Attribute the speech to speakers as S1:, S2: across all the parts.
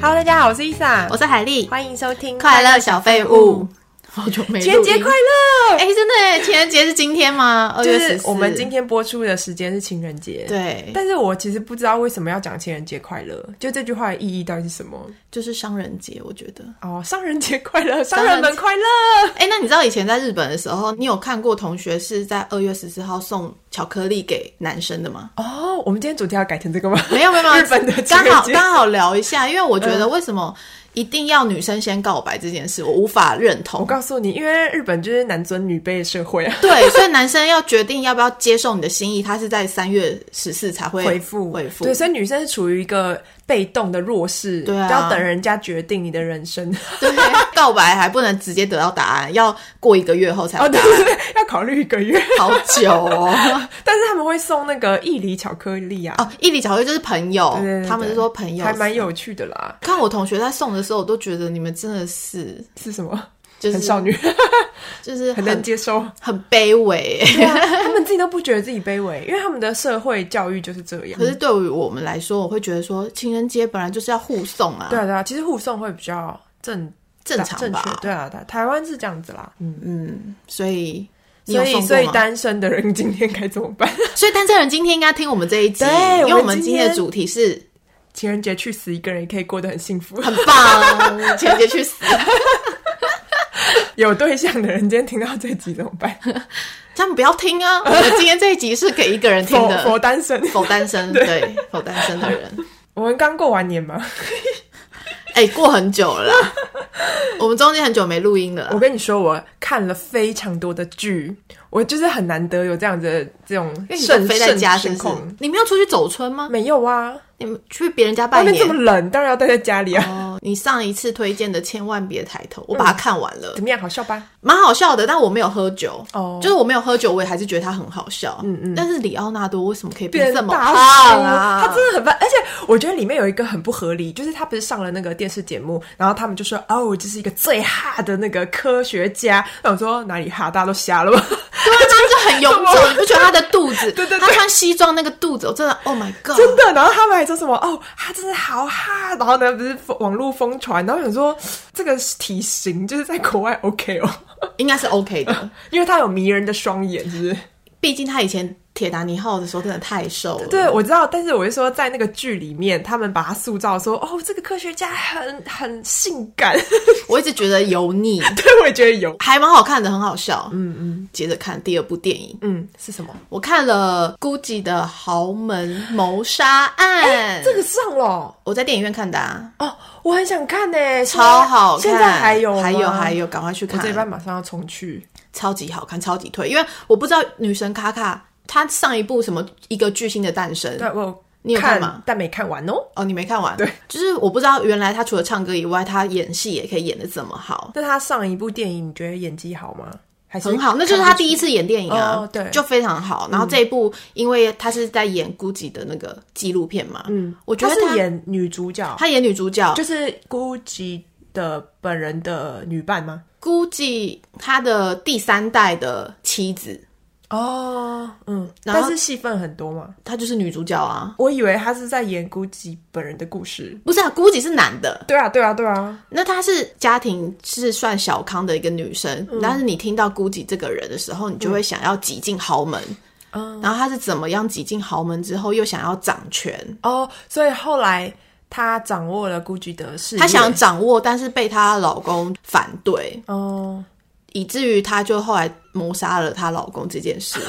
S1: Hello，大家好，我是伊莎
S2: 我，是海丽，
S1: 欢迎收听
S2: 快乐小废物，好久没录音
S1: 情人节快乐！
S2: 哎，真的耶，情人节是今天吗？二
S1: 就
S2: 月十
S1: 是
S2: 四，
S1: 我们今天播出的时间是情人节，。
S2: 对，
S1: 但是我其实不知道为什么要讲情人节快乐，就这句话的意义到底是什么？
S2: 就是商人节，我觉得。
S1: 哦，商人节快乐， 商
S2: 人
S1: 人们快乐！
S2: 哎，那你知道以前在日本的时候，你有看过同学是在二月十四号送巧克力给男生 的吗？
S1: 哦，我们今天主题要改成这个吗？
S2: 没有没有，没有
S1: 日本的情
S2: 刚
S1: 人
S2: 好
S1: 节
S2: 刚好聊一下，因为我觉得为什么一定要女生先告白这件事，我无法认
S1: 我
S2: 同。
S1: 告诉你，因为日本就是男尊女卑的社会啊。
S2: 对，所以男生要决定要不要接受你的心意，他是在三月十四才会
S1: 回复
S2: 回复。
S1: 对，所以女生是处于一个被动的弱势，
S2: 对啊
S1: 要等人家决定你的人生。
S2: 对，告白还不能直接得到答案，要过一个月后才
S1: 哦，
S2: 有答
S1: 对对
S2: 案，
S1: 对，要考虑一个月。
S2: 好 久哦。
S1: 但是他们会送那个一梨巧克力啊，
S2: 哦，一里巧克力就是朋友，
S1: 对对对
S2: 他们是说朋友
S1: 还蛮。有趣的啦。
S2: 看我同学在送的时候，我都觉得你们真的是
S1: 是什么？
S2: 就
S1: 很
S2: 是
S1: 少女，
S2: 就是
S1: 很难
S2: 很
S1: 接受。
S2: 很卑微。
S1: 他们自己都不觉得自己卑微，因为他们的社会教育就是这样
S2: 可。是对于我们来说，我会觉得说情人节本来就是要互送啊，
S1: 对啊，对啊，其实互送会比较正
S2: 正常
S1: 正确。
S2: 吧？
S1: 对啊，台台湾是这样子啦。嗯，
S2: 嗯，所以你
S1: 所
S2: 有
S1: 以
S2: 送
S1: 所以
S2: 过吗？
S1: 单身的人今天该怎么办？
S2: 所以单身人今天应该听我们这一集，
S1: 对
S2: 因为
S1: 我
S2: 我
S1: 们
S2: 们
S1: 今
S2: 今天的
S1: 天
S2: 主题是
S1: 情人节去死一个人也可以过得很幸 福。
S2: 很棒， 情人节去死。
S1: 有对象的人今天听到这集怎么 办？
S2: 他们不要听啊！我们今天这一集是给一个人听
S1: 否
S2: 的，
S1: 否单身？
S2: 否 单身，对，否单身的人，
S1: 我们刚过完年嘛，
S2: 哎、过很久了啦，我们中间很久没录音了
S1: 我
S2: 啦，
S1: 跟你说，我看了非常多的剧，我就是很难得有这样子的这种
S2: 因为你
S1: 盛
S2: 都飞在家，是
S1: 盛
S2: 不
S1: 情
S2: 是
S1: 况？
S2: 你没有出去走村吗？
S1: 没有啊，
S2: 你们去别人家拜
S1: 外面这么
S2: 年？
S1: 冷，当然要待在家里啊。
S2: 哦，你上一次推荐的《千万别抬头》，
S1: 嗯
S2: 我把它看完了
S1: 怎，么样，好笑吧？
S2: 蛮、好笑的，但我没有喝酒。
S1: 哦
S2: 就是我没有喝酒，我也还是觉得它很好笑。嗯嗯。但是里奥纳多为什么可以变
S1: 变
S2: 这么
S1: 大
S2: 胖
S1: 叔，
S2: 啊？
S1: 他真的很棒，而且我觉得里面有一个很不合理，就是他不是上了那个电视节目，然后他们就说哦，这是一个最哈的那个科学家，那我说哪里哈，大家都瞎了吗？
S2: 对啊，他就很臃肿，你不觉得他的肚子？
S1: 对对对
S2: 他穿西装那个肚子，我真的，Oh my God！
S1: 真的，然后他们还说什么哦，他真的好哈，然后呢不是网络疯传，然后想说这个体型就是在国外 OK 哦，
S2: 应该是 OK 的，
S1: 因为他有迷人的双眼，是不是？
S2: 毕竟他以前铁达尼号的时候真的太瘦了。
S1: 对，我知道，但是我是说，在那个剧里面，他们把他塑造说，哦，这个科学家很很性 感，
S2: 我一直觉得油腻，
S1: 对，我也觉得有，
S2: 还蛮好看的，很好笑。嗯嗯。接着看第二部电影，
S1: 嗯，是什么？
S2: 我看了 GUCCI 的《豪门谋杀案》，
S1: 这个上了哦
S2: 我在电影院看的，啊，
S1: 哦，我很想看呢，
S2: 超好
S1: 啊现
S2: 看。
S1: 在还有吗
S2: 还有嗯还，有，赶快去
S1: 我这一
S2: 看，
S1: 班马上要重去，
S2: 超级好看，超级推。因为我不知道女神卡卡她上一部什么一个巨星的诞生，
S1: 对，我
S2: 你有看吗
S1: 看，但没看完哦。
S2: 哦，你没看完？对，就是我不知道，原来他除了唱歌以外，他演戏也可以演的这么好，
S1: 那他上一部电影，你觉得演技好吗？还是
S2: 很好。那就是他第一次演电影啊，
S1: 哦对嗯
S2: 就非常好。然后这一部，因为他是在演 GUCCI 的那个纪录片嘛，嗯，我觉
S1: 他
S2: 得他
S1: 是演女主角，
S2: 他演女主角
S1: 就是孤寂的本人的女伴吗？
S2: ，GUCCI 他的第三代的妻子，
S1: 哦，嗯，
S2: 然后
S1: 但是戏份很多嘛。
S2: 她就是女主角啊。
S1: 我以为他是在演孤寂本人的故事。
S2: 不是啊，GUCCI 是男的，
S1: 对啊，对啊，对啊，
S2: 那她是家庭是算小康的一个女生，
S1: 嗯
S2: 但是你听到 GUCCI 这个人的时候，你就会想要挤进豪门，
S1: 嗯，
S2: 然后他是怎么样挤进豪门之后又想要掌权？
S1: 哦，所以后来他掌握了孤寂的事业，
S2: 她想掌握，但是被她老公反对，
S1: 哦，
S2: 以至于她就后来谋杀了她老公这 件事，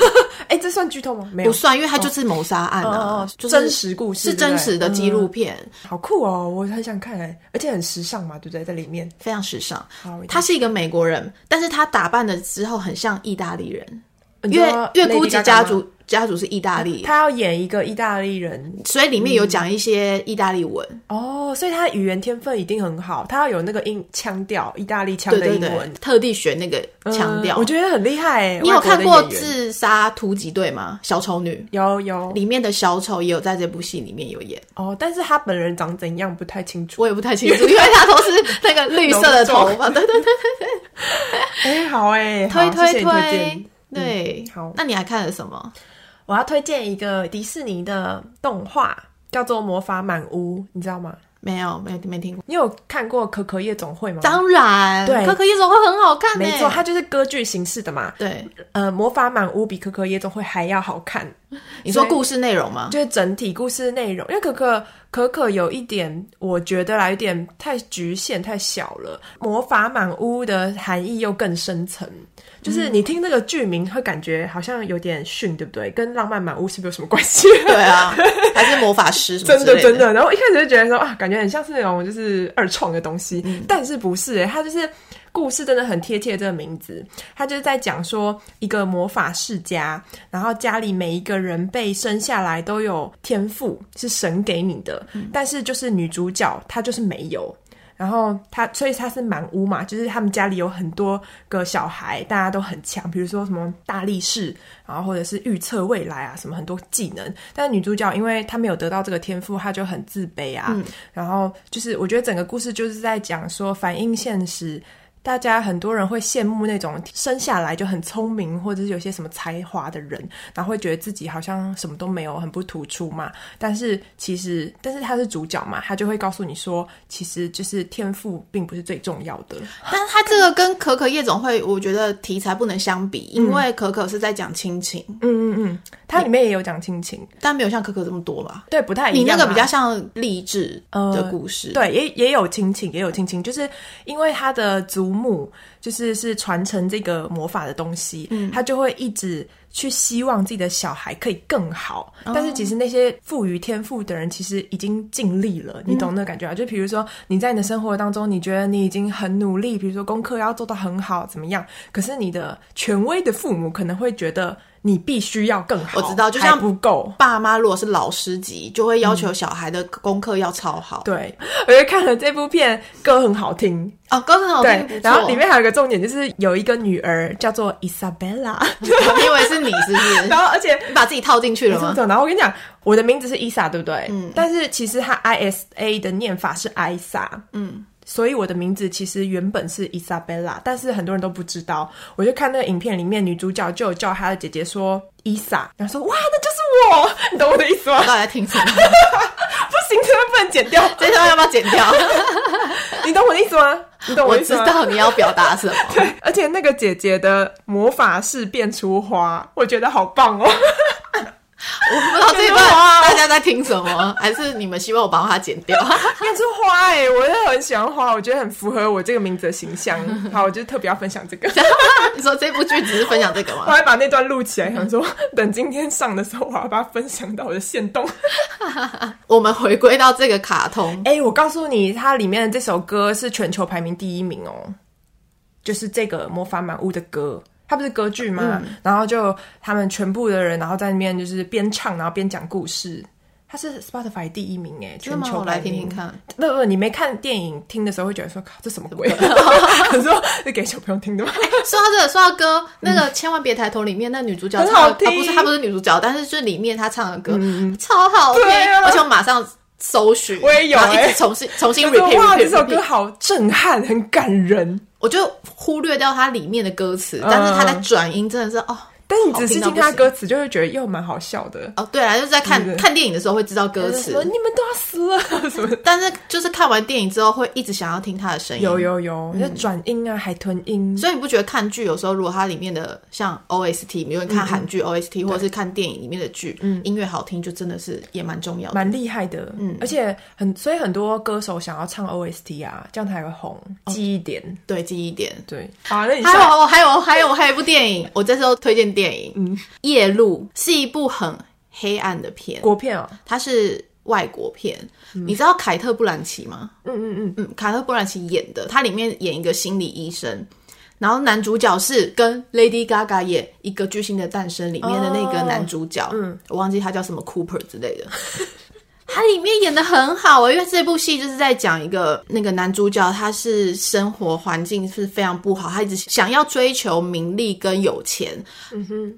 S1: 哎，这算剧透吗？没有
S2: 不，算，因为她就是谋杀案
S1: 哦
S2: 啊
S1: 哦，
S2: 就是
S1: 真实故事
S2: 是真实的
S1: 对不对嗯
S2: 纪录片，
S1: 好酷哦，我很想看哎，而且很时尚嘛，对不对？在里面，
S2: 非常时尚。
S1: 好，
S2: 她是一个美国人，但是她打扮了之后很像意大利人，
S1: 你
S2: 因
S1: 说
S2: 为因为
S1: Lady
S2: 估计
S1: Gaga
S2: 家
S1: 吗，
S2: 族家族是意大利，
S1: 他要演一个意大利人
S2: 所以里面
S1: 嗯
S2: 有讲一些意大利文。
S1: 哦，所以他语言天分一定很好，他要有那个英腔调，意大利腔
S2: 对
S1: 的
S2: 对
S1: 英
S2: 对
S1: 文，
S2: 特地学那个腔
S1: 嗯
S2: 调。
S1: 我觉得很厉害哎。
S2: 你有
S1: 外国的
S2: 看过
S1: 演
S2: 《
S1: 员
S2: 自杀突击队》吗？小丑女。
S1: 有有
S2: 里面的小丑也有在这部戏里面有演，
S1: 哦，但是他本人长怎样不太清楚。
S2: 我也不太清 楚，因为他都是那个绿色的头发，对对对，
S1: 哎、好哎、好
S2: 推
S1: 谢谢
S2: 推
S1: 你推荐嗯
S2: 推。，对，
S1: 好
S2: 那你还看了什么？
S1: 我要推荐一个迪士尼的动画，叫做《魔法满屋》，你知道吗？
S2: 没有，没有没听过。
S1: 你有看过《可可夜总会》吗？
S2: 当然，
S1: 对
S2: 可可夜总会很好看、欸，
S1: 没错，它就是歌剧形式的嘛。
S2: 对，
S1: 呃，魔法满屋比可可夜总会还要好看，
S2: 你说
S1: 所以
S2: 故事内容吗？
S1: 就是整体故事内容。因为可可可可有一点，我觉得啦，有点太局限、太小了。魔法满屋的含义又更深层，就是你听这个剧名会感觉好像有点逊，对不对？跟浪漫满屋是不是有什么关系？
S2: 对 啊，还是魔法师什么
S1: 真
S2: 之类
S1: 的真的。然后一开始就觉得说啊，感觉很像是那种就是二创的东西，
S2: 嗯
S1: 但是不是、欸？它就是故事真的很贴切这个名字，它就是在讲说一个魔法世家，然后家里每一个人被生下来都有天赋，是神给你的，
S2: 嗯
S1: 但是就是女主角她就是没有。然后她，所以她是满屋嘛，就是他们家里有很多个小孩，大家都很强，比如说什么大力士，然后或者是预测未来啊，什么很多技能。但是女主角因为她没有得到这个天赋，她就很自卑啊。然后就是我觉得整个故事就是在讲说反映现实。大家很多人会羡慕那种生下来就很聪明，或者是有些什么才华的人，然后会觉得自己好像什么都没有，很不突出嘛。但是其实，但是他是主角嘛，他就会告诉你说，其实就是天赋并不是最重要的。
S2: 但它这个跟可可夜总会，我觉得题材不能相比，因为可可是在讲亲情，
S1: 嗯嗯嗯，它里面也有讲亲情，
S2: 但没有像可可这么多吧。
S1: 对，不太一
S2: 你
S1: 样啊。呃
S2: 那个比较像励志的故事，
S1: 对，也也有亲情，也有亲情，就是因为他的祖母就是是传承这个魔法的东西，
S2: 嗯
S1: 他就会一直去希望自己的小孩可以更好。
S2: 哦
S1: 但是其实那些赋予天赋的人，其实已经尽力了，你
S2: 嗯
S1: 懂那感觉啊？就比如说你在你的生活当中，你觉得你已经很努力，比如说功课要做到很好，怎么样？可是你的权威的父母可能会觉得你必须要更好，
S2: 我知道就
S1: 还
S2: 像
S1: 不够。
S2: 爸妈如果是老师级，就会要求小孩的功课要超好。
S1: 嗯对，我觉得看了这部片，歌很好听，
S2: 哦，功课好听，
S1: 对
S2: 不，错
S1: 然后里面还有一个重点，就是有一个女儿叫做 Isabella，
S2: 你以为是你是不是？
S1: 然后而且。
S2: 你把自己套进去了
S1: 是不
S2: 吗？
S1: 是然后我跟你讲，我的名字是 Isa，对不对？嗯。但是其实它 I S A 的念法是 Isa，嗯。所以我的名字其实原本是 Isabella，但是很多人都不知道。我就看那个影片里面，女主角就有叫她的姐姐说 Isa，然后说哇，那就是我，你懂我的意思吗？
S2: 到底在听什么？
S1: 不行，真的不能剪掉，
S2: 这段要不要剪掉？
S1: 你懂我的意思吗？你懂
S2: 我啊
S1: 的意
S2: 知
S1: 思吗？
S2: 道你要表达什么。
S1: 对，而且那个姐姐的魔法是变出花，我觉得好棒哦。
S2: 我不知道这一段
S1: 哇
S2: 大家在听什么， 还是你们希望我帮他剪掉？
S1: 变出花哎、我也很喜欢花，我觉得很符合我这个名字的形象。好，我就特别要分享这个，
S2: 你说这部剧只是分享这个
S1: 我
S2: 吗？
S1: 还把那段录起来，想说等今天上的时候，我要把它分享到我的线动。
S2: 我们回归到这个卡通，
S1: 哎、我告诉你，它里面的这首歌是全球排名第一名哦，就是这个《魔法满屋》的歌。它不是歌剧吗？
S2: 嗯
S1: 然后就他们全部的人，然后在那边就是边唱，然后边讲故事。它是 Spotify 第一名哎，
S2: 那
S1: 全
S2: 么
S1: 球
S2: 我来
S1: 排名
S2: 听听看。
S1: 不不，你没看电影，听的时候会觉得说，靠，这什么 鬼？你说是给小朋友听的吗？
S2: 哎说到这个，说到歌，那个《千万别抬头》里面那女主角唱
S1: 很好
S2: 的，啊、不是
S1: 听
S2: 她不是女主角，但是就是里面她唱的歌、超好听，
S1: 对啊
S2: 而且我马上搜寻，
S1: 我也有
S2: 然后一
S1: 欸
S2: 直重新重新
S1: 就
S2: repeat
S1: 是哇，
S2: repeat
S1: 这首歌
S2: repeat
S1: 好震撼，很感人。
S2: 我就忽略掉它里面的歌词，但是它在转音真的是哦
S1: 但你仔细
S2: 好
S1: 听
S2: 听到不
S1: 他
S2: 行
S1: 歌词，就会觉得又蛮好笑的。
S2: 哦，对啊，就是在看
S1: 对对
S2: 看电影的时候会知道歌
S1: 什么
S2: 词，
S1: 你们都要死了 什么的？
S2: 但是就是看完电影之后会一直想要听她的声音，
S1: 有有有，那转音啊，海豚音，
S2: 嗯所以你不觉得看剧有时候，如果它里面的像 OST，比如你看韩
S1: 嗯
S2: 剧 OST，、或者是看电影里面的剧，音乐好听就真的是也蛮重要的。
S1: 蛮厉害的。嗯，而且很，所以很多歌手想要唱 OST 啊，这样才会红，记忆点。
S2: 对，记忆点。
S1: 对，好啊，那你
S2: 哦还
S1: 下
S2: 有还有还有还有一部电影，我这时候推荐电影《嗯、夜路》，是一部很黑暗的片，
S1: 国片哦，
S2: 它是外国片。你知道凯特·布兰奇吗？
S1: 嗯嗯嗯，
S2: 嗯，凯特·布兰奇演的，她里面演一个心理医生，然后男主角是跟 Lady Gaga 演《一个巨星的诞生》里面的那个男主角，嗯，我忘记他叫什么 Cooper 之类的。 他里面演的很好啊、因为这部戏就是在讲一个那个男主角，他是生活环境是非常不好，他一直想要追求名利跟有钱，
S1: 嗯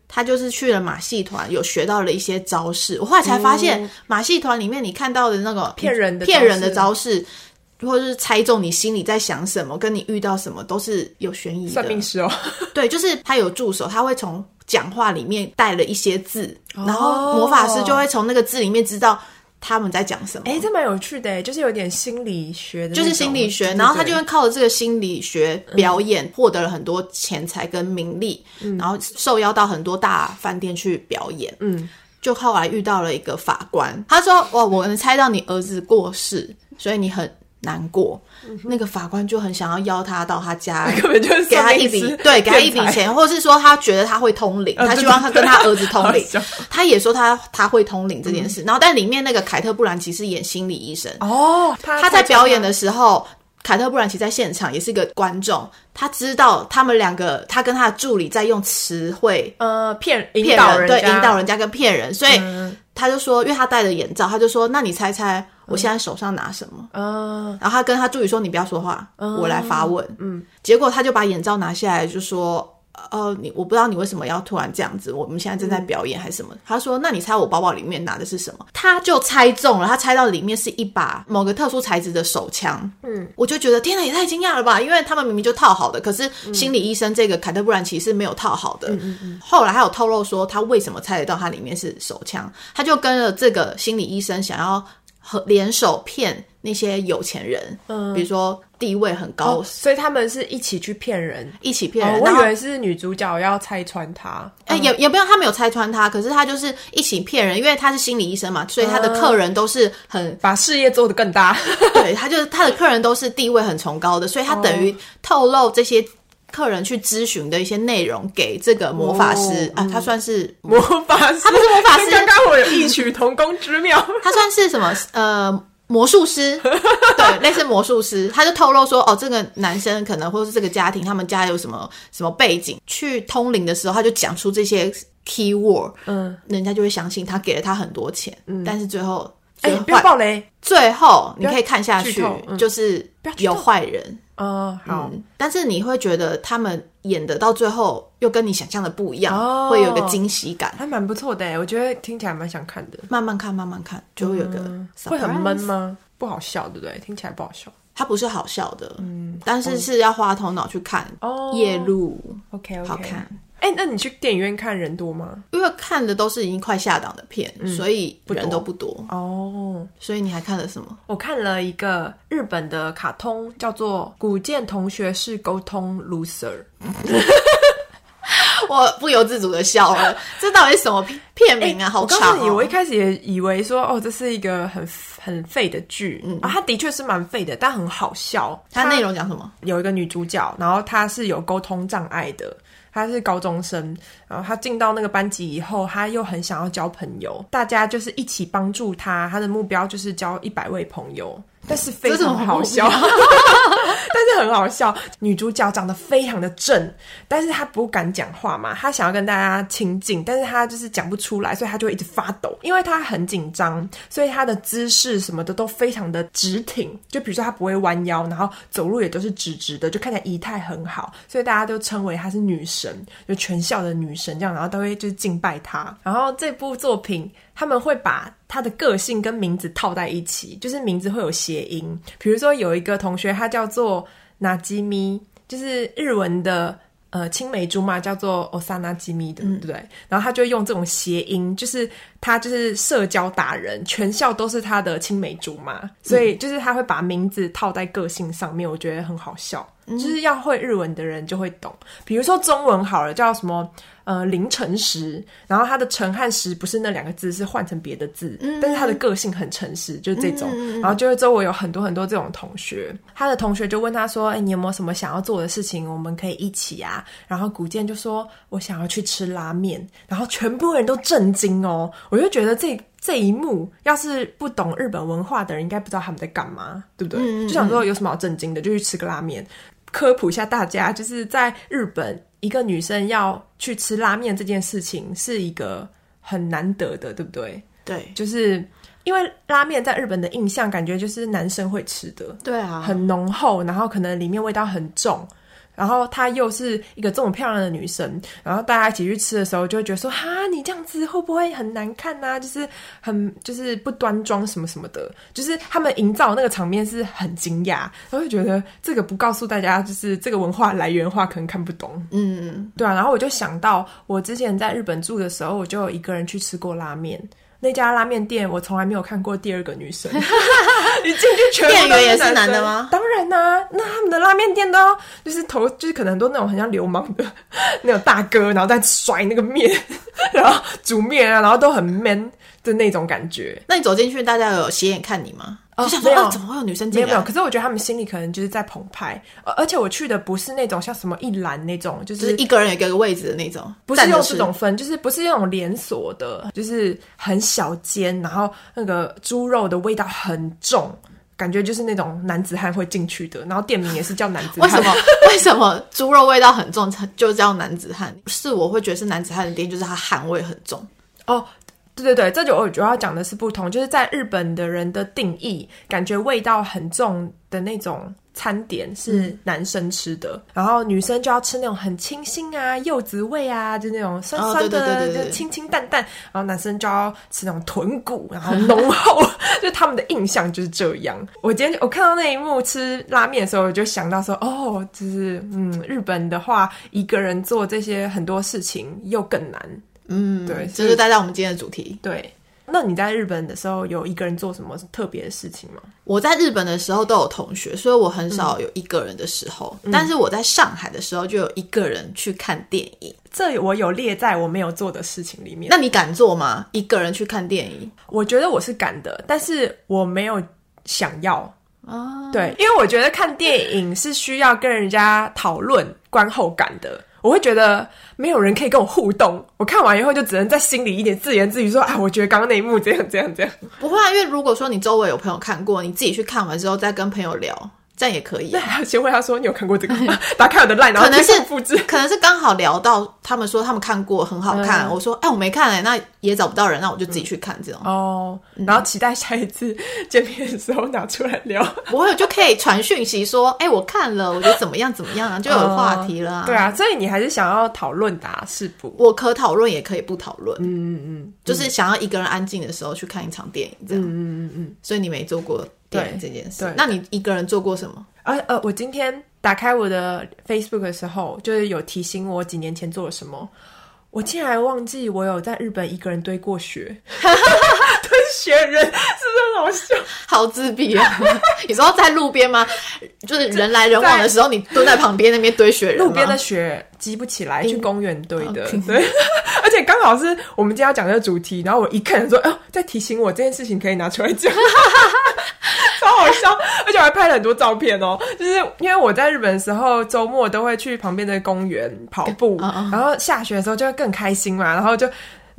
S2: 他就是去了马戏团，有学到了一些招式。我后来才发现，马戏团里面你看到的那个
S1: 哦骗人的
S2: 骗人的
S1: 招
S2: 招式，或者是猜中你心里在想什么，跟你遇到什么都是有悬疑
S1: 算命
S2: 的。
S1: 师哦，
S2: 对，就是他有助手，他会从讲话里面带了一些字，然后魔法师就会从那个字里面知道他们在讲什么。
S1: 哎、这蛮有趣的，就是有点心理学的那
S2: 欸就
S1: 种，
S2: 是心理学，然后他
S1: 对嗯
S2: 就会靠着这个心理学表演，获得了很多钱财跟名利，然后受邀到很多大饭店去表演。
S1: 嗯，
S2: 就后来遇到了一个法官，他说：“哇，我能猜到你儿子过世，所以你很难过。
S1: 嗯
S2: 那个法官就很想要邀他到他家
S1: 根本就是
S2: 给他
S1: 算命
S2: 一笔
S1: 师
S2: 对，给他哦一
S1: 骗
S2: 笔
S1: 财
S2: 钱，或者是说他觉得他会通灵，他希望他跟他儿子通
S1: 对
S2: 灵
S1: 对对好。嗯
S2: 他也说他他会通灵这件事。然后，但里面那个凯特·布兰奇是演心理医生，
S1: 哦，他
S2: 他在表演的时候。凯特·布兰奇在现场也是一个观众，他知道他们两个，他跟他的助理在用词汇
S1: 呃骗引
S2: 骗
S1: 导人
S2: 人，对，
S1: 家嗯
S2: 引导人家跟骗人，所以他就说，因为他戴着眼罩，他就说，那你猜猜我现在手上拿什么？
S1: 嗯
S2: 然后他跟他助理说：“你不要说话，我来
S1: 哦
S2: 发问。”嗯，结果他就把眼罩拿下来，就说：“哦，你我不知道你为什么要突然这样子，我们现在正在表演还是什么？”他说：“那你猜我包包里面拿的是什么？”他就猜中了，他猜到里面是一把某个特殊材质的手枪。嗯，我就觉得天哪，也太惊讶了吧！因为他们明明就套好的，可是心理医生这个凯特·布兰奇是没有套好的。嗯嗯嗯后来还有透露说，他为什么猜得到它里面是手枪？他就跟了这个心理医生想要。和联手骗那些有钱人，嗯，比如说地位很高，
S1: 哦，所以他们是一起去骗人。
S2: 一起骗
S1: 哦
S2: 人。
S1: 我
S2: 然
S1: 以
S2: 后
S1: 为嗯是女主角要拆穿他，
S2: 哎、也也不用，他没有拆穿他，可是他就是一起骗人，因为他是心理医生嘛，所以他的客人都是 很，
S1: 把事业做得更 大。
S2: 对他就是他的客人都是地位很崇高的，所以他等
S1: 哦
S2: 于透露这些客人去咨询的一些内容给这个魔法师、
S1: 哦
S2: 啊，他算是
S1: 魔法师，他
S2: 不是魔法师
S1: 刚刚我有异曲同工之妙。
S2: 他算是什么？呃，魔 术师，对，类似魔术师。他就透露说，哦，这个男生可能或是这个家庭，他们家有什么什么背景。去通灵的时候，他就讲出这些 key word，
S1: 嗯，
S2: 人家就会相信他给了他很多钱，但是最后，
S1: 哎、
S2: 最
S1: 不要
S2: 坏
S1: 暴雷
S2: 最后你可以看下
S1: 剧
S2: 去
S1: 透，嗯
S2: 就是
S1: 不要剧透
S2: 有坏人，
S1: 哦、好、
S2: 嗯，但是你会觉得他们演的到最后又跟你想象的不一样，
S1: 哦
S2: 会有一个惊喜感。
S1: 还蛮不错的，我觉得听起来蛮想看的。
S2: 慢慢看，慢慢看，就会有一个、
S1: 嗯会很闷吗？不好笑，对不对？听起来不好笑。
S2: 它不是好笑的，嗯，但是是要花头脑去看。
S1: 哦
S2: 夜路
S1: OK OK，
S2: 好看，
S1: 哎、那你去电影院看人多吗？
S2: 因为看的都是已经快下档的片，
S1: 嗯
S2: 所以人都不多。
S1: 哦，
S2: 所以你还看了什么？
S1: 我看了一个日本的卡通，叫做《古见同学是沟通 loser》。
S2: 我不由自主的笑了，这到底是什么片片名啊？好
S1: 哎我告
S2: 长、
S1: 诉你，
S2: 哦！
S1: 我一开始也以为说，哦，这是一个很很废的剧、
S2: 嗯
S1: 啊，它的确是蛮废的，但很好笑。
S2: 它内容讲什么？
S1: 有一个女主角，然后她是有沟通障碍的，她是高中生，然后她进到那个班级以后，她又很想要交朋友，大家就是一起帮助她，她的目标就是交一百位朋友，但是非
S2: 这是什
S1: 常
S2: 么
S1: 好
S2: 目
S1: 笑
S2: 标，
S1: 但是很好笑。女主角长得非常的正，但是她不敢讲话嘛，她想要跟大家亲近，但是她就是讲不出来，所以她就会一直发抖，因为她很紧张，所以她的姿势什么的都非常的直挺。就比如说她不会弯腰，然后走路也都是直直的，就看起来仪态很好，所以大家都称为她是女神，就全校的女神这样，然后都会就是敬拜她。然后这部作品他们会把他的个性跟名字套在一起，就是名字会有谐音。比如说有一个同学，他叫做纳基咪，就是日文的呃青梅竹马叫做 Osana 基咪的，对不对？然后他就会用这种谐音，就是他就是社交达人，全校都是他的青梅竹马，所以就是他会把名字套在个性上面，我觉得很好笑。就是要会日文的人就会懂，比如说中文好了，叫什么呃凌晨时，然后他的陈和时不是那两个字，是换成别的字，但是他的个性很诚实，就是这种，然后就会周围有很多很多这种同学，他的同学就问他说：“哎、你有没有什么想要做的事情，我们可以一起啊？”然后古健就说：“我想要去吃拉面。”然后全部人都震惊哦，我就觉得这。这一幕，要是不懂日本文化的人，应该不知道他们在干嘛，对不对？就想说有什么好震惊的，就去吃个拉面。科普一下大家，就是在日本，一个女生要去吃拉面这件事情是一个很难得的，对不对？
S2: 对
S1: 就是因为拉面在日本的印象，感觉就是男生会吃的，
S2: 对啊，
S1: 很浓厚，然后可能里面味道很重。然后她又是一个这么漂亮的女生，然后大家一起去吃的时候，就会觉得说：哈，你这样子会不会很难看呐、就是很就是不端庄什么什么的，就是他们营造的那个场面是很惊讶，然后就觉得这个不告诉大家，就是这个文化来源的话，可能看不懂。
S2: 嗯，
S1: 对啊，然后我就想到我之前在日本住的时候，我就有一个人去吃过拉面，那家拉面店，我从来没有看过第二个女 生。你进去全部
S2: 店员也
S1: 是
S2: 是男
S1: 生
S2: 的吗
S1: 当然啦、那他们的拉面店都要就是头，就是可能很多那种很像流氓的那种大哥，然后在甩那个面，然后煮面啊，然后都很 man 的那种感觉。
S2: 那你走进去，大家有斜眼看你吗？
S1: 哦
S2: 就想说、
S1: 没有
S2: 啊，怎么会有女生
S1: 没
S2: 进
S1: 有没有，
S2: 来
S1: 可？是我觉得他们心里可能就是在澎湃，呃而且我去的不是那种像什么一栏那种，就
S2: 就是
S1: 是
S2: 一个人有一个位置的那种，
S1: 不是
S2: 站着
S1: 用
S2: 吃
S1: 这种分，就是不是那种连锁的，就是很小间，然后那个猪肉的味道很重，感觉就是那种男子汉会进去的，然后店名也是叫男子汉。
S2: 为什么？为什么猪肉味道很重，就叫男子汉？是我会觉得是男子汉的店，就是它汗味很重。
S1: 哦，对对对，这就我主要讲的是不同，就是在日本的人的定义，感觉味道很重的那种餐点
S2: 嗯
S1: 是男生吃的，然后女生就要吃那种很清新啊，柚子味啊，就那种酸
S2: 哦
S1: 酸的，
S2: 对对对对对
S1: 就清清淡淡，然后男生就要吃那种豚骨，然后浓厚， 就他们的印象就是这样。我今天我看到那一幕吃拉面的时候，我就想到说，哦，就是嗯，日本的话，一个人做这些很多事情又更难。嗯，对，所
S2: 这
S1: 以
S2: 就带到我们今天的主题。
S1: 对，那你在日本的时候有一个人做什么特别的事情吗？
S2: 我在日本的时候都有同学，所以我很
S1: 嗯
S2: 少有一个人的时候。但是我在上海的时候就有一个人去看电影。
S1: 这我有列在我没有做的事情里面。
S2: 那你敢做吗？一个人去看电影？
S1: 我觉得我是敢的，但是我没有想要。哦，对，因为我觉得看电影是需要跟人家讨论观后感的。我会觉得没有人可以跟我互动，我看完以后就只能在心里一点自言自语说：“啊，我觉得刚刚那一幕怎样怎样怎样。
S2: 不会啊，因为如果说你周围有朋友看过，你自己去看完之后再跟朋友聊，这样也可以、”啊。
S1: 还有先问他说：“你有看过这个 吗？”打开我的 line，然后
S2: 可能是
S1: 贴上复制。
S2: 可能是刚好聊到他们说他们看过很好看，我说哎、我没看哎、那也找不到人，那我就自己去看这种。
S1: 哦，然后期待下一次见面的时候拿出来聊。
S2: 不会，我就可以传讯息说，哎、我看了，我觉得怎么样怎么样啊，就有话题了、啊
S1: 嗯对，啊，所以你还是想要讨论的、啊，是不？
S2: 我可讨论也可以不讨论，嗯嗯嗯，就是想要一个人安静的时候去看一场电影这样，嗯嗯嗯。所以你没做过电影这件事
S1: 对对，
S2: 那你一个人做过什么？
S1: 呃呃，我今天打开我的 Facebook 的时候，就是有提醒我几年前做了什么。我竟然忘记我有在日本一个人堆过雪， 堆雪人 是不是很好笑？
S2: 好自闭啊！ 你说在路边吗？就是人来人往的时候，你蹲在旁边那边堆雪人吗，
S1: 路边的雪积不起来，去公园堆的。
S2: OK
S1: 对， 而且刚好是我们今天要讲这个主题，然后我一看说，哦、在提醒我这件事情可以拿出来讲， 超好笑，而且我还拍了很多照片哦。就是因为我在日本的时候，周末都会去旁边的公园跑步，
S2: 嗯嗯
S1: 然后下雪的时候就会更开心嘛，然后就。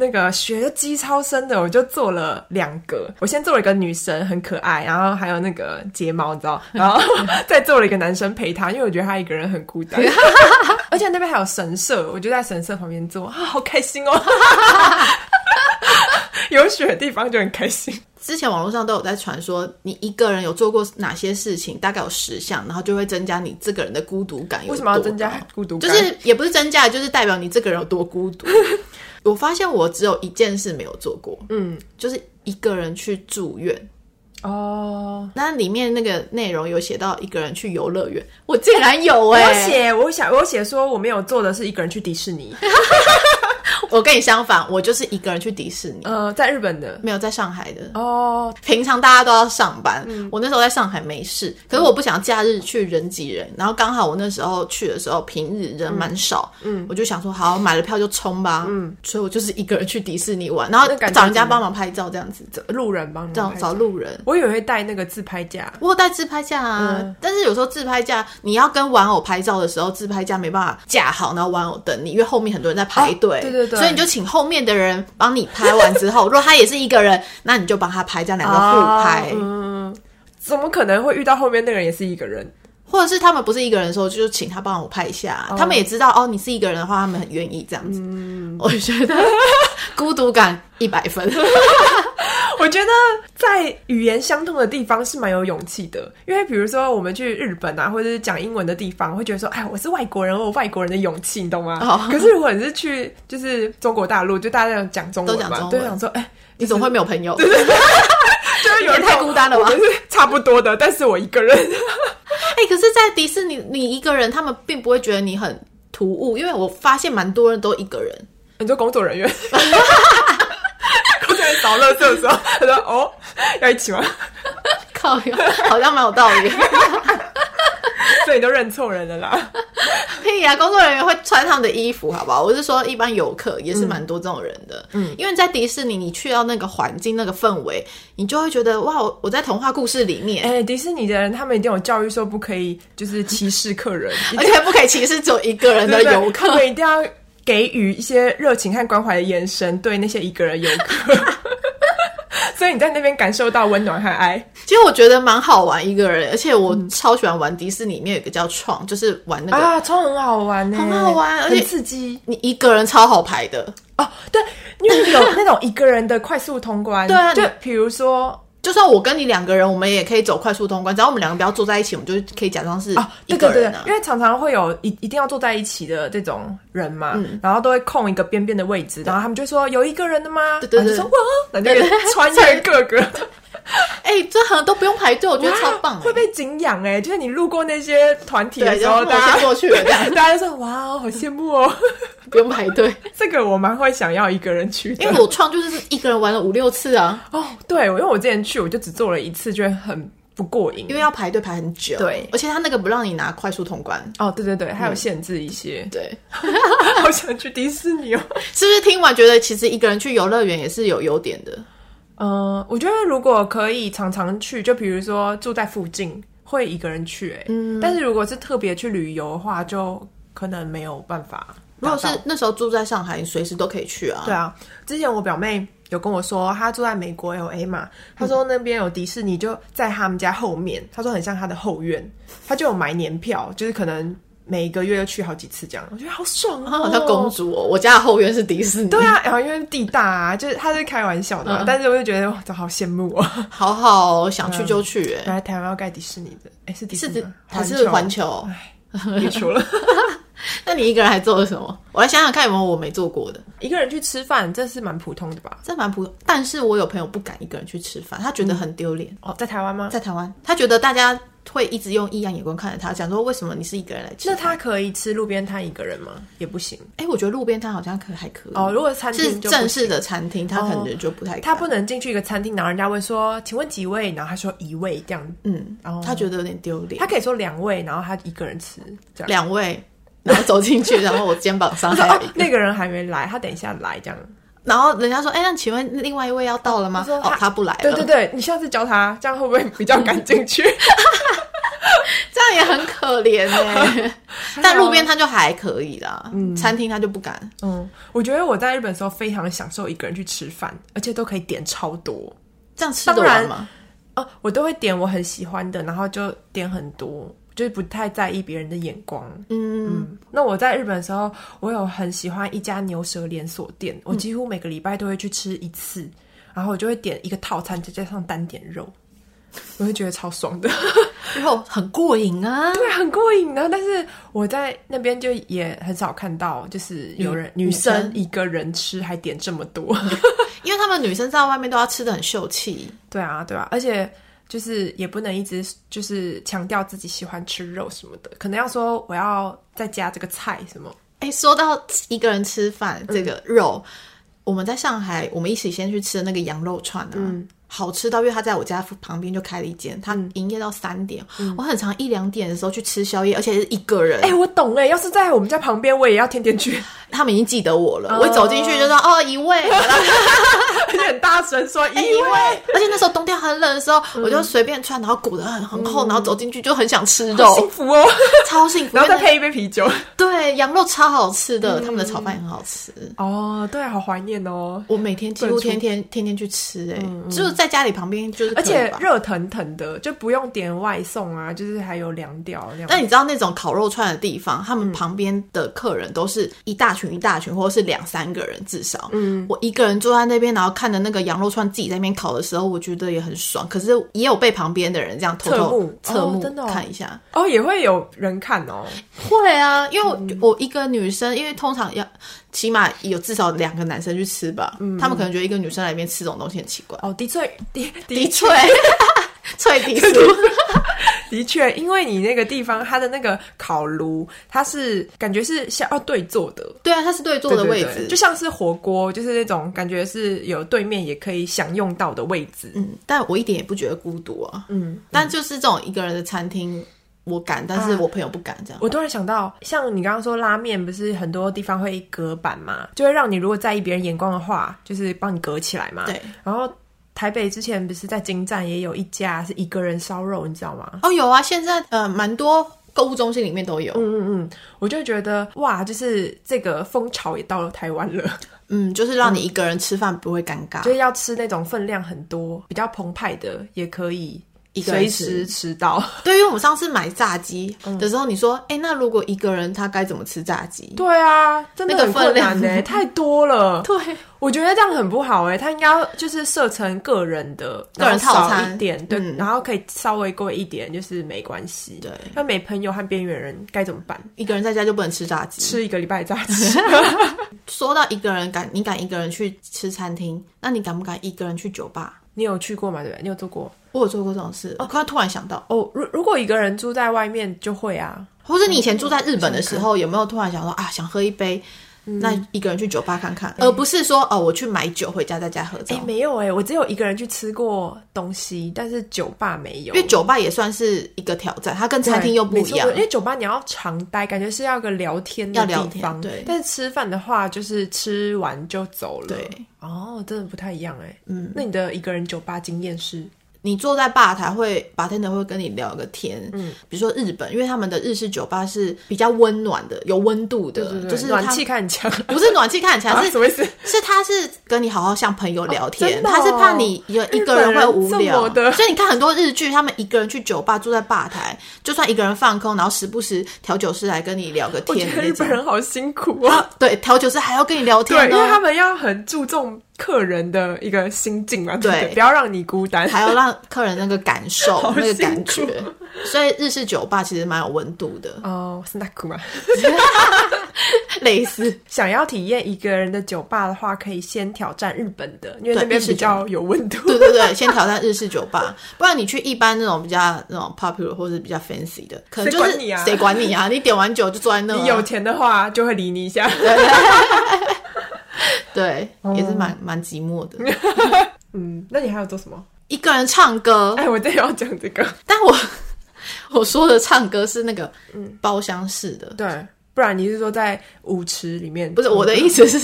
S1: 那个雪就积超深的，我就做了两个。我先做了一个女神，很可爱，然后还有那个睫毛，你知道，然后 再做了一个男生陪他，因为我觉得他一个人很孤单。而且那边还有神社，我就在神社旁边坐，啊， 好开心哦！有雪的地方就很开心。
S2: 之前网络上都有在传说，你一个人有做过哪些事情，大概有十项，然后就会增加你这个人的孤独感。
S1: 为什么要增加？孤独
S2: 就
S1: 感？
S2: 是也不是增加，就是代表你这个人有多孤独。 我发现我只有一件事没有做过，
S1: 嗯，
S2: 就是一个人去住院。
S1: 哦，
S2: 那里面那个内容有写到一个人去游乐园，我竟然有
S1: 我
S2: 哎、
S1: 有写，我有写，我有写说我没有做的是一个人去迪士尼，
S2: 我跟你相反，我就是一个人去迪士尼，
S1: 呃，在日本的。
S2: 没有在上海的。
S1: 哦，
S2: 平常大家都要上班，
S1: 嗯
S2: 我那时候在上海没事，可是我不想假日去人挤人，然后刚好我那时候去的时候平日人蛮少，嗯，我就想说好买了票就冲吧，嗯，所以我就是一个人去迪士尼玩，然后
S1: 那感觉
S2: 找人家
S1: 怎么
S2: 帮忙拍照这样子，找
S1: 路人帮你
S2: 找
S1: 拍
S2: 找路人。
S1: 我以为会带那个自拍架，
S2: 我有带自拍架啊，
S1: 嗯
S2: 但是有时候自拍架你要跟玩偶拍照的时候，自拍架没办法架好，然后玩偶等你，因为后面很多人在排队、
S1: 哦对对对
S2: 所以你就请后面的人帮你拍完 之后，如果他也是一个人，那你就帮他拍，这样两个哦互拍。
S1: 啊嗯，怎么可能会遇到后面那个人也是一个人？
S2: 或者是他们不是一个人的时候，就请他帮我拍一下。他们也知道哦，嗯你是一个人的话，他们很愿意这样子。我觉 得孤独感一百 分，
S1: 我觉得在语言相通的地方是蛮有勇气的，因为比如说我们去日本啊，或者是讲英文的地方，会觉得说，哎，我是外国人，我有外国人的勇气，你懂吗？
S2: 哦
S1: 可是如果你是去就是中国大陆，就大家讲中文
S2: 都讲
S1: 嘛，
S2: 中文
S1: 对，想说，哎，
S2: 你怎么会没有朋友？
S1: 就是有
S2: 也
S1: 一
S2: 太
S1: 种
S2: 孤单了吧
S1: 我们是差不多的，但是我一个人，
S2: 哎、可是，在迪士尼，你一个人，他们并不会觉得你很突兀，因为我发现蛮多人都一个人。
S1: 你做工作人员，工作人员扫垃圾的时候，他说：“哦，要一起吗
S2: 靠，好像蛮有道理。？”
S1: 所以你就认错人了啦。
S2: 屁呀、工作人员会穿他们的衣服，好不好？我是说，一般游客也是蛮多这种人的。嗯，因为在迪士尼，你去到那个环境、那个氛围，你就会觉得哇，我我在童话故事里面，
S1: 哎、迪士尼的人他们一定有教育说不可以就是歧视客人，
S2: 而且不可以歧视只有一个人的
S1: 对对
S2: 游
S1: 他
S2: 客。
S1: 们一定要给予一些热情和关怀的眼神对那些一个人游 客。所以你在那边感受到温暖和爱。
S2: 其实我觉得蛮好玩一个人，而且我超喜欢玩迪士尼里面有一个叫创，就是玩那
S1: 嗯
S2: 个、
S1: 啊，超很好玩呢、
S2: 很好玩而且
S1: 很刺激
S2: 你一个人超好排的，
S1: 哦。对，因为有那种一个人的快速通关，
S2: 对啊
S1: 就
S2: 你
S1: 比如说
S2: 就算我跟你两个人，我们也可以走快速通关，只要我们两个不要坐在一起，我们就可以假装是
S1: 哦，
S2: 一
S1: 对
S2: 个
S1: 对
S2: 人
S1: 对
S2: 啊，。
S1: 因为常常会有一一定要坐在一起的这种人嘛，
S2: 嗯
S1: 然后都会空一个边边的位置，然后他们就会说有一个人的吗？
S2: 对对
S1: 然后
S2: 对
S1: 就说我，然后就可以穿越各个，
S2: 哎、这好像都不用排队，我觉得超棒、
S1: 哇啊
S2: 哎
S1: 会被景仰哎、就是你路过那些团体的
S2: 对，
S1: 时
S2: 然后
S1: 候，
S2: 我
S1: 大
S2: 先
S1: 家
S2: 过去了，这样
S1: 大家 就说哇哦，好羡慕哦，
S2: 不用排队。
S1: 这个我蛮会想要一个人去的，
S2: 因为我创就是一个人玩了五六次啊，
S1: 哦，对，因为我之前去我就只做了一次，觉得很不过瘾
S2: 因。为要排队排很久。
S1: 对
S2: 而且他那个不让你拿快速通关。，
S1: 哦，对对对，还有限制一些
S2: 对，
S1: 好想去迪士尼哦。
S2: 是不是听完觉得其实一个人去游乐园也是有优点的？
S1: 嗯，我觉得如果可以常常去，就比如说住在附近，会一个人去、欸，嗯，但是如果是特别去旅游的话，就可能没有办法
S2: 如
S1: 达到。
S2: 果是那时候住在上海，你随时都可以去啊。
S1: 对啊，之前我表妹有跟我说，她住在美国 L A 嘛，她说那边有迪士尼，就在他们家后面，她说很像她的后院，她就有买年票，就是可能每一个月就去好几次这样，我觉得好爽啊，
S2: 好像公主哦，我家的后院是迪士尼，
S1: 对啊，然后因为地大啊，就是她是开玩笑的
S2: 嗯
S1: 嘛，但是我就觉得哇，这好羡慕 哦。
S2: 好好哦想去就去，哎，
S1: 本来台湾要盖迪士尼的，哎、是迪士
S2: 是
S1: 尼
S2: 的
S1: 吗，
S2: 还是环
S1: 环
S2: 球？
S1: 球？别说了，
S2: 那你一个人还做了什么？我来想想看有没有我没做过的，
S1: 一个人去吃饭，这是蛮普通的吧？
S2: 这蛮普。但是我有朋友不敢一个人去吃饭，他觉得很丢脸。
S1: 哦，在台湾吗？
S2: 在台湾，他觉得大家会一直用异样眼光看着他，讲说为什么你是一个人来吃
S1: 那？他可以吃路边摊一个人吗？也不行
S2: 哎、我觉得路边摊好像可还可以
S1: 哦。如果餐
S2: 是
S1: 厅就不
S2: 正
S1: 行哦
S2: 式的餐厅，他可能就不太敢、
S1: 他不能进去一个餐厅，然后人家问说：“请问几位？”然后他说：“一位。”这样，
S2: 嗯，他觉得有点丢脸
S1: 他。可以说两位，然后他一个人吃这样。
S2: 两位，然后走进去，然后我肩膀上还 有一
S1: 哦
S2: 个，
S1: 那个人还没来，他等一下来这样。
S2: 然后人家说，哎、那请问另外一位要到了吗？
S1: 说
S2: 哦，他不来了，
S1: 对对对，你下次教他，这样会不会比较敢进去？
S2: 这样也很可怜 哎、但路边摊就还可以啦，餐厅他就不敢。
S1: 嗯，我觉得我在日本的时候非常享受一个人去吃饭，而且都可以点超多。
S2: 这样吃得
S1: 当然
S2: 完吗？
S1: 哦，我都会点我很喜欢的，然后就点很多，就是不太在意别人的眼光。
S2: 嗯，
S1: 嗯，那我在日本的时候，我有很喜欢一家牛舌连锁店，我几乎每个礼拜都会去吃一次，然后我就会点一个套餐，再加上单点肉，我会觉得超爽 的，
S2: 然后很过瘾啊。
S1: 对，很过瘾的。但是我在那边就也很少看到，就是有人
S2: 女
S1: 女生
S2: 生
S1: 一个人吃还点这么多，
S2: 因为他们女生在外面都要吃的很秀气，
S1: 对啊，对啊，而且就是也不能一直就是强调自己喜欢吃肉什么的，可能要说我要再加这个菜什么。
S2: 哎，说到一个人吃饭这个肉，我们在上海，我们一起先去吃的那个羊肉串啊。好吃到，因为他在我家旁边就开了一间，他营业到三点。我很常一两点的时候去吃宵夜，而且是一个人。
S1: 哎、我懂哎、要是在我们家旁边，我也要天天去，
S2: 他们已经记得我了，我一走进去就说哦 一位，
S1: 而且很大声说一
S2: 一位
S1: 位。。
S2: 而且那时候冬天很冷的时候，我就随便穿，然后裹得很很厚，然后走进去就很想吃
S1: 好幸
S2: 肉，
S1: 福 哦，
S2: 超幸福。
S1: 然后再
S2: 因为
S1: 配一杯啤酒。
S2: 那对羊肉超好吃的，他们的炒饭也很好吃。
S1: 哦，对，好怀念哦，
S2: 我每天几乎
S1: 不能出
S2: 天天天天去吃、欸，哎、就是在家里旁边就是可
S1: 而
S2: 以
S1: 且
S2: 吧，
S1: 热腾腾的，就不用点外送啊，就是还有凉掉那样。
S2: 但你知道那种烤肉串的地方，他
S1: 嗯
S2: 们旁边的客人都是一大群一大群，或者是两三个人至少。嗯，我一个人坐在那边，然后看着那个羊肉串自己在那边烤的时候，我觉得也很爽。可是也有被旁边的人这样偷
S1: 侧
S2: 偷
S1: 目
S2: 侧
S1: 哦
S2: 目
S1: 真的哦
S2: 看一下。
S1: 哦，也会有人看哦，
S2: 会啊，因为我,、
S1: 嗯
S2: 我一个女生，因为通常要起码有至少两个男生去
S1: 嗯
S2: 吃吧，他们可能觉得一个女生来这边吃这种东西很奇怪。
S1: 哦，的确，的
S2: 的
S1: 的
S2: 确，脆 皮酥，
S1: 的确，因为你那个地方它的那个烤炉，它是感觉是像要对坐的。
S2: 对啊，它是对坐的位
S1: 对对
S2: 置，
S1: 对就像是火锅，就是那种感觉是有对面也可以享用到的位置。
S2: 嗯，但我一点也不觉得孤独啊。
S1: 嗯，
S2: 但就是这种一个人的餐厅，我敢，但是我朋友不敢这样。
S1: 我突然想到，像你刚刚说拉面，不是很多地方会隔板嘛，就会让你如果在意别人眼光的话，就是帮你隔起来嘛。
S2: 对。
S1: 然后台北之前不是在金站也有一家是一个人烧肉，你知道吗？
S2: 哦，有啊，现在呃，蛮多购物中心里面都有。嗯
S1: 嗯嗯，我就觉得哇，就是这个风潮也到了台湾 了，
S2: 嗯就是让你一个人吃饭不会尴尬
S1: 就。是要吃那种分量很多、比较澎湃的，也可以
S2: 一个人
S1: 随
S2: 吃
S1: 时吃到。
S2: 对，因为我们上次买炸鸡的时候，你说，哎、那如果一个人他该怎么吃炸鸡？
S1: 对啊，真的
S2: 那个
S1: 很困
S2: 分
S1: 难
S2: 量
S1: 呢、太多 了。
S2: 对，
S1: 我觉得这样很不好哎、他应该要就是设成个人的
S2: 个人套餐
S1: 然后少一点，对，
S2: 嗯
S1: 然后可以稍微贵一点，就是没关系。
S2: 对
S1: 那没朋友和边缘人该怎么办？
S2: 一个人在家就不能吃炸鸡。
S1: 吃一个礼拜炸 鸡，
S2: 说到一个人敢，你敢一个人去吃餐厅，那你敢不敢一个人去酒吧？
S1: 你有去过吗？对不对？你有做过
S2: 我有做过这种事，我刚刚突然想到，
S1: 哦？如如果一个人住在外面就会啊，
S2: 或者你以前住在日本的时候，有没有突然想说啊，想喝一杯，
S1: 嗯
S2: 那一个人去酒吧看看，而不是说哦，我去买酒回家在家喝这
S1: 哎、
S2: 样。
S1: 没有哎、我只有一个人去吃过东西，但是酒吧没有，
S2: 因为酒吧也算是一个挑战，它跟餐厅又不
S1: 没
S2: 一
S1: 错
S2: 样
S1: 因。为酒吧你要常待，感觉是要个聊天的
S2: 要聊
S1: 地方。
S2: 天对
S1: 但是吃饭的话，就是吃完就走了。
S2: 对，
S1: 哦，真的不太一样哎。嗯，那你的一个人酒吧经验是？
S2: 你坐在吧台会，bartender 会跟你聊个天，嗯，比如说日本，因为他们的日式酒吧是比较温暖的，有温度的，就是它
S1: 暖气看很 强，
S2: 不是暖气看起来
S1: 啊
S2: 是
S1: 什么 意思？
S2: 是他是跟你好好像朋友聊天，
S1: 真的哦
S2: 他是怕你有一个人会无
S1: 日本人这么
S2: 聊，
S1: 的
S2: 所以你看很多日剧，他们一个人去酒吧坐在吧台，就算一个人放空，然后时不时调酒师来跟你聊个
S1: 我
S2: 天
S1: 觉
S2: 的
S1: 得日
S2: 那种
S1: 本。
S2: 啊
S1: 人好辛苦哦。
S2: 对，调酒师还要跟你聊
S1: 对，
S2: 天
S1: 因为他
S2: 哦，
S1: 们要很注重客人的一个心境嘛，对不对，
S2: 对
S1: 不要让你孤单。
S2: 还要让客人那个感受
S1: 好
S2: 那个
S1: 辛苦
S2: 感觉，所以日式酒吧其实蛮有温度的，
S1: 哦，是那苦吗？
S2: 类似
S1: 想要体验一个人的酒吧的话，可以先挑战日本的，因为
S2: 对
S1: 那边
S2: 日式
S1: 比较有温度。
S2: 对对对，先挑战日式酒吧，不然你去一般那种比较那种 popular 或者比较 fancy 的，可能就
S1: 谁
S2: 是
S1: 管你啊
S2: 谁管你啊？你点完酒就坐在那啊，
S1: 你有钱的话，就会理你一下。
S2: 对，
S1: 哦
S2: 也是蛮蛮寂寞的。
S1: 嗯，那你还有做什么？
S2: 一个人唱歌，
S1: 哎，我真的要讲这个。
S2: 但我 我说的唱歌是那个
S1: 嗯
S2: 包厢式的，
S1: 对，不然你是说在舞池里面？
S2: 不是我的意思是，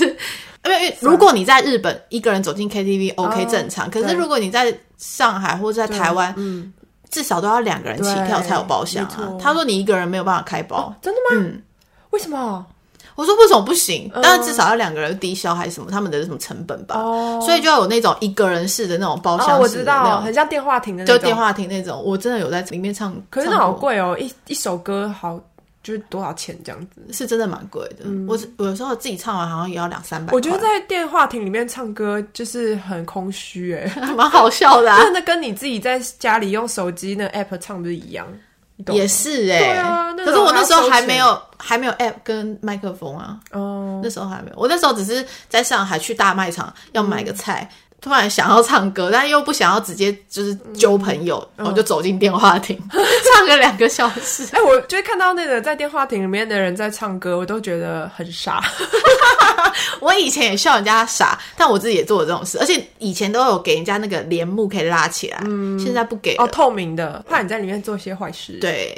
S2: 因为
S1: 嗯
S2: 因为如果你在日本一个人走进 KTV OK 正常，可是
S1: 哦对
S2: 如果你在上海或者在台湾，
S1: 嗯，
S2: 至少都要两个人起跳才有包厢
S1: 对没
S2: 啊
S1: 错。哦
S2: 他说你一个人没有办法开包。
S1: 真的吗？
S2: 嗯，
S1: 为什么？
S2: 我说为什么不行？但是至少要两个人低消还是什么，他们的什么成本吧。
S1: 嗯哦
S2: 所以就要有那种一个人式的那种包厢、
S1: 哦，我知道，很像电话亭的那
S2: 就
S1: 种。
S2: 电，话亭那种，我真的有在里面唱，
S1: 可是那
S2: 唱
S1: 好
S2: 过
S1: 贵哦，一一首歌好就是多少钱这样子？
S2: 是真的蛮贵的。我只我有时候自己唱完好像也要两三百块，
S1: 嗯我觉得 在电话亭里面唱歌就是很空虚哎，
S2: 蛮好笑的、啊，
S1: 真的跟你自己在家里用手机那 app 唱不是一样？你懂吗
S2: 也是哎、
S1: 对啊那种
S2: 可是我那时候
S1: 还要
S2: 还
S1: 收钱
S2: 没有还没有 app 跟麦克风啊，
S1: 哦，
S2: 那时候还没有，我那时候只是在上海去大卖场要买
S1: 嗯
S2: 个菜。突然想要唱歌，但又不想要直接就是揪朋友，
S1: 嗯
S2: 我就走进电话亭、 唱个两个小时。
S1: 哎、我就会看到那个在电话亭里面的人在唱歌，我都觉得很傻。
S2: 我以前也笑人家傻，但我自己也做了这种事，而且以前都有给人家那个帘幕可以拉起来，现在不给了。
S1: 哦， 透明的，怕你在里面做些坏事。
S2: 对，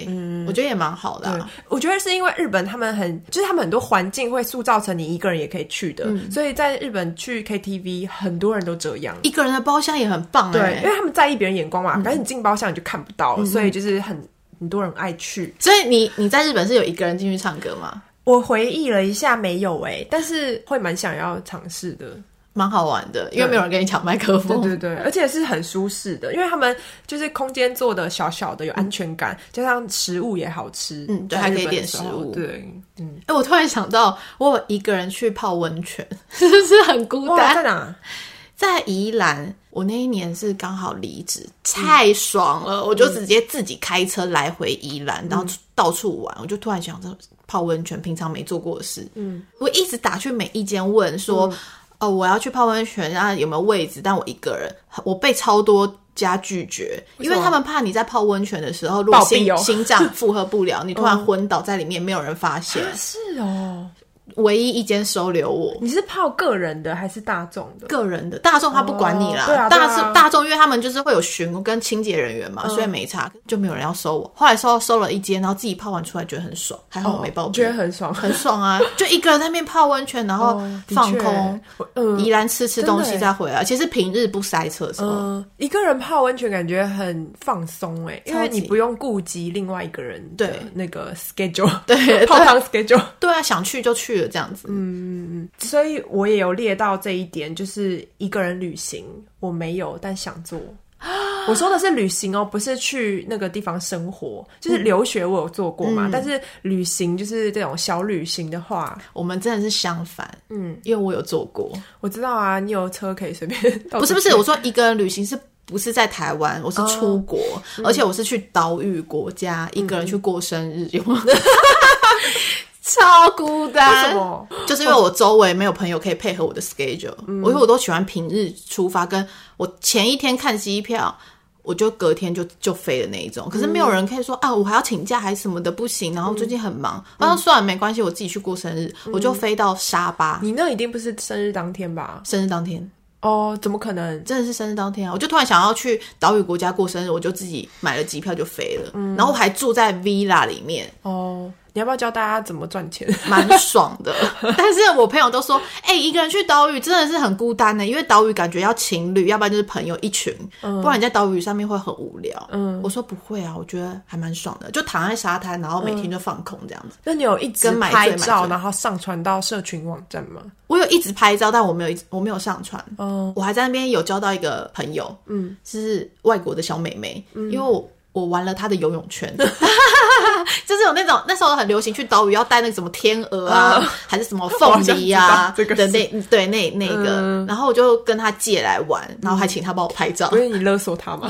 S2: 我觉得也蛮好的啊、
S1: 对，我觉得是因为日本他们很，就是他们很多环境会塑造成你一个人也可以去的，所以在日本去 KTV 很多人都这样。
S2: 一个人的包厢也很棒哎、
S1: 对，嗯因为他们在意别人眼光嘛，反正你进包厢你就看不到了，所以就是很很多人爱去。
S2: 所以你你在日本是有一个人进去唱歌吗？
S1: 我回忆了一下，没有哎、但是会蛮想要尝试的。哦
S2: 蛮好玩的，因为没有人跟你抢麦克风。
S1: 对对对，而且是很舒适的，因为他们就是空间做的小小的，有安全感，加上食物也好吃，
S2: 嗯对
S1: 在
S2: 还可
S1: 日本
S2: 以
S1: 的
S2: 点
S1: 时候
S2: 食物
S1: 对，嗯，
S2: 哎、我突然想到，我有一个人去泡温泉， 是不是很孤
S1: 哇，在
S2: 单？
S1: 哪？
S2: 在宜兰，我那一年是刚好离职，太爽了，我就直接自己开车来回宜兰，然后到处玩。我就突然想着泡温泉，平常没做过的事。嗯，我一直打去每一间啊问说，哦，我要去泡温泉，然后有没有位置？但我一个人，我被超多家拒绝，因
S1: 什
S2: 为
S1: 么
S2: 他们怕你在泡温泉的时候，如果
S1: 暴毙
S2: 心、
S1: 哦
S2: 心脏负荷不了，你突然昏倒在里面，没有人发现。
S1: 是哦，
S2: 唯一一间收留我，
S1: 你是泡个人的还是大众的？
S2: 个人的大众他不管你啦，
S1: 哦对啊对啊嗯
S2: 大众大众因为他们就是会有巡工跟清洁人员嘛，所以没差，就没有人要收我。后来收收了一间，然后自己泡完出来觉得很爽，还好我没报
S1: 我
S2: 备，
S1: 哦觉得很爽，
S2: 很爽啊， 就一个人在那边泡温泉，然后
S1: 哦的
S2: 放
S1: 确
S2: 空，
S1: 我嗯
S2: 宜兰吃吃东
S1: 真
S2: 西
S1: 的欸
S2: 再回来，而且是平日不塞车什么。
S1: 嗯，一个人泡温泉感觉很放松哎，因为
S2: 超级
S1: 你不用顾及另外一个人的
S2: 对
S1: 那个 schedule，
S2: 对
S1: 泡汤 schedule。
S2: 对啊，想去就去了这样子。
S1: 嗯所以我也有列到这一点，就是一个人旅行我没有，但想 做。我说的是旅行哦，不是去那个地方生活，
S2: 嗯
S1: 就是留学我有做过嘛，但是旅行就是这种小旅行的话，
S2: 我们真的是相反，嗯，因为我有做过，
S1: 我知道啊，你有车可以随便 到处去，
S2: 不哦是不是，我说一个人旅行是不是在台湾？我是出国，而且我是去岛屿国家，一个人去过生日，有吗？ 超孤单，
S1: 为什么？
S2: 就是因为我周围没有朋友可以配合我的 schedule，、我因为我都喜欢平日出发，跟我前一天看机票，我就隔天就就飞的那一种。可是没有人可以说、啊，我还要请假还什么的不行，然后最近很忙。然后算了，没关系，我自己去过生日，我就飞到沙巴，
S1: 你那一定不是生日当天吧？
S2: 生日当天。
S1: 哦，怎么可能？
S2: 真的是生日当天啊！我就突然想要去岛屿国家过生日，我就自己买了机票就飞了，然后我还住在 villa 里面，
S1: 哦，你要不要教大家怎么赚钱？
S2: 蛮爽的。但是我朋友都说，哎、一个人去岛屿真的是很孤单欸呢，因为岛屿感觉要情侣，要不然就是朋友一群，不然你在岛屿上面会很无聊。嗯，我说不会啊，我觉得还蛮爽的，就躺在沙滩，然后每天就放空这样子。
S1: 那你有一直
S2: 跟买醉
S1: 拍
S2: 买醉
S1: 照，然后上传到社群网站吗？
S2: 我有一直拍照，但我没有一直我没有上传。哦，我还在那边有交到一个朋友，嗯，是外国的小妹妹，
S1: 嗯
S2: 因为我。我玩了她的游 泳圈，就是有那种那时候很流行去岛屿要带那个什么天鹅啊，还是什么凤梨啊
S1: 我好像知道这个嗯
S2: 的
S1: 是
S2: 那嗯对那那个，然后我就跟她借来玩，然后还请她帮我拍照
S1: 不， 是你勒索他 吗？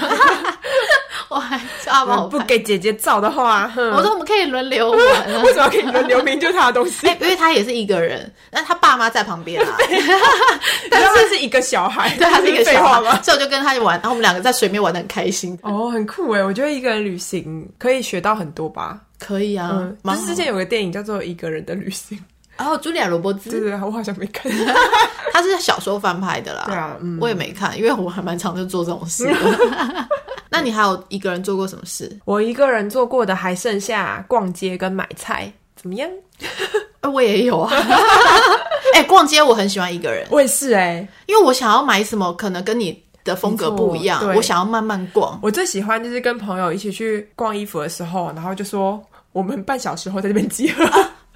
S2: 我还叫她帮我
S1: 不
S2: 拍，
S1: 给姐姐照的话，哼
S2: 我说我们可以轮流玩啊，
S1: 为什么可以轮流明就是他的东 西？
S2: 因为她也是一个人，但她爸妈在旁边 啊，
S1: 但是是一个小 孩，
S2: 对，她是一个
S1: 这废
S2: 小
S1: 话
S2: 孩
S1: 吗？
S2: 所以我就跟她玩，然后我们两个在水面玩的很开心，
S1: 哦，很酷哎！我觉得一个人旅行可以学到很多吧。
S2: 可以啊，
S1: 嗯，就
S2: 蛮
S1: 是之
S2: 好。
S1: 前哦有个电影叫做《一个人的旅 行》，
S2: 然后茱莉亚·罗伯
S1: 对
S2: 兹，
S1: 对，对我好像没看。
S2: 她是小说翻拍的啦。
S1: 对啊嗯
S2: 我也没看，因为我还蛮常就做这种 事的。那你还有一个人做过什么事？
S1: 我一个人做过的还剩下逛街跟买菜，怎么样？
S2: 呃我也有啊。 哎、逛街我很喜欢一个人，
S1: 我也是哎，
S2: 因为我想要买什么，可能跟你的风格不一
S1: 没
S2: 样
S1: 错，对
S2: 我想要慢慢逛。
S1: 我最喜欢就是跟朋友一起去逛衣服的时候，然后就说我们半小时后在这边集合。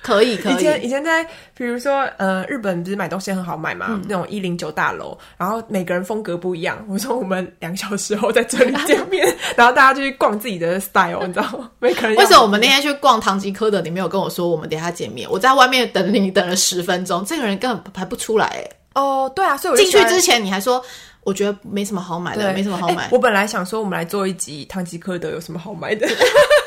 S2: 可以，可
S1: 啊以前
S2: 以。
S1: 以前在比如说呃日本不是买东西很好买嘛，那种一零九大楼，然后每个人风格不一样。我说我们两小时后在这里见 面，然后大家就去逛自己的 style，你知道吗？每个人要
S2: 为什么我们那天去逛唐吉诃德，你没有跟我说我们等一下见面？我在外面等你等了十分钟，这个人根本还不出来、哎
S1: 哦对啊，所以我就
S2: 进去
S1: 喜欢
S2: 之前你还说我觉得没什么好买的，
S1: 对
S2: 没什么好
S1: 哎
S2: 买。
S1: 我本来想说我们来做一集唐吉诃德有什么好买的。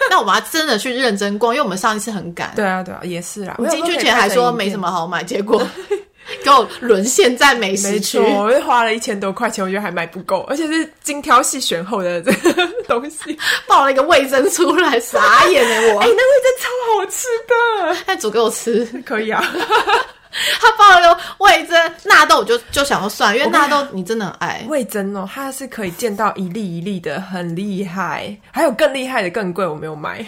S2: 那我们要真的去认真逛，因为我们上一次很赶，
S1: 对啊对啊，也是啦。我
S2: 进去前还说没什
S1: 么。
S2: 么好买，结果 给我沦陷在美食
S1: 没
S2: 区
S1: 错，。我就花了一千多块钱，我觉得还买不够，而且是精挑细选后的这个 东西。
S2: 抱了一个味噌出来，傻眼了
S1: 哎、
S2: 我。
S1: 那味真超好吃的，
S2: 他煮给我吃，
S1: 可以啊。
S2: 他抱了个味噌纳豆，我就就想说算了，因为纳豆你真的很爱。
S1: 味增哦，它是可以见到一粒一粒的，很厉害。还有更厉害的，更贵，我没有买。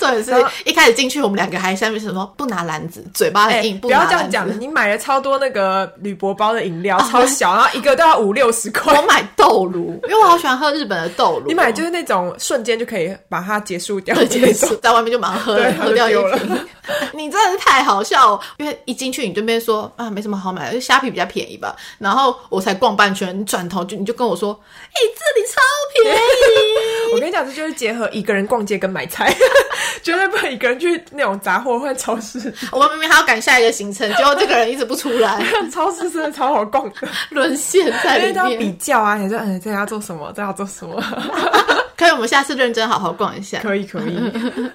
S2: 重点
S1: 然
S2: 是
S1: 后
S2: 一开始进去，我们两个还下面什么不拿篮子，嘴巴很
S1: 啊
S2: 硬，
S1: 哎不
S2: 拿
S1: 要
S2: 篮
S1: 这
S2: 子
S1: 样讲，你买了啊超多那个铝箔包的饮料，超 小，然后一个都要五六十块
S2: 我。买豆乳，因为我好喜欢喝日本的豆乳。
S1: 你买就是那种瞬间就可以把它结束掉的
S2: 而
S1: 那
S2: 且
S1: 种。
S2: 是在外面就马上喝了
S1: 对，
S2: 喝掉一
S1: 喝
S2: 瓶
S1: 丢。
S2: 你真的是太好笑、哦，因为一进去你就边说啊没什么好买的，就虾皮比较便宜吧。然后我才逛半圈，你转头就你就跟我说，哎、这里超便宜。
S1: 我跟你讲，这就是结合一个人逛街跟买菜， 绝对不能一个人去那种杂货或者超市。
S2: 我们明明还要赶下一个行程，结果这个人一直不出来，
S1: 超市真的超好 逛的，
S2: 沦陷在
S1: 因为
S2: 里
S1: 都要比
S2: 面。
S1: 较啊，你说嗯，这要做什么，这要做什 么，
S2: 可以，我们下次认真好好逛一下。
S1: 可以可以。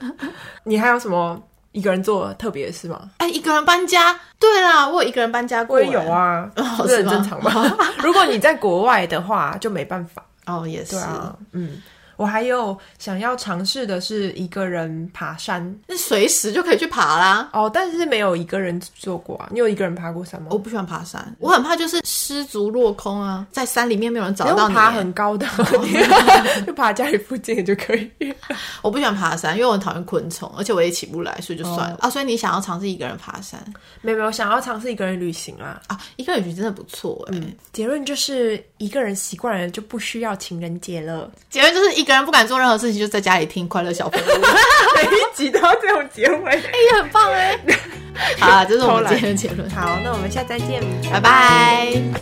S1: 你还有什么一个人做特别的事吗？
S2: 哎、一个人搬家，对啦，我有一个人搬家过，哎
S1: 我也有，啊，
S2: 哦
S1: 这
S2: 是
S1: 很
S2: 吗
S1: 正常吧？如果你在国外的话，就没办法。
S2: 哦，也是
S1: 对。啊，嗯，我还有想要尝试的是一个人爬山
S2: 那随时就可以去爬啦。
S1: 哦，但是没有一个人做过啊。你有一个人爬过山吗？
S2: 我不喜欢爬山，我很怕就是失足落空啊，在山里面没有人找
S1: 不
S2: 到
S1: 用
S2: 你。欸
S1: 爬很高的， 就爬家里附近就 可以。
S2: 我不喜欢爬山，因为我很讨厌昆虫，而且我也起不来，所以就
S1: 哦
S2: 算了、啊。所以你想要尝试一个人爬山
S1: 没有没有，想要尝试一个人旅行啦。
S2: 啊？一个人旅行真的不错哎、
S1: 结论就是一个人习惯了就不需要情人节了。
S2: 结论就是一个人不敢做任何事情，就在家里听《快乐小朋友》
S1: 每一集都要这种结尾。
S2: 哎，也很
S1: 欸
S2: 棒哎、好啊，这是我们今天的结论，
S1: 好，那我们下次再见，
S2: 拜拜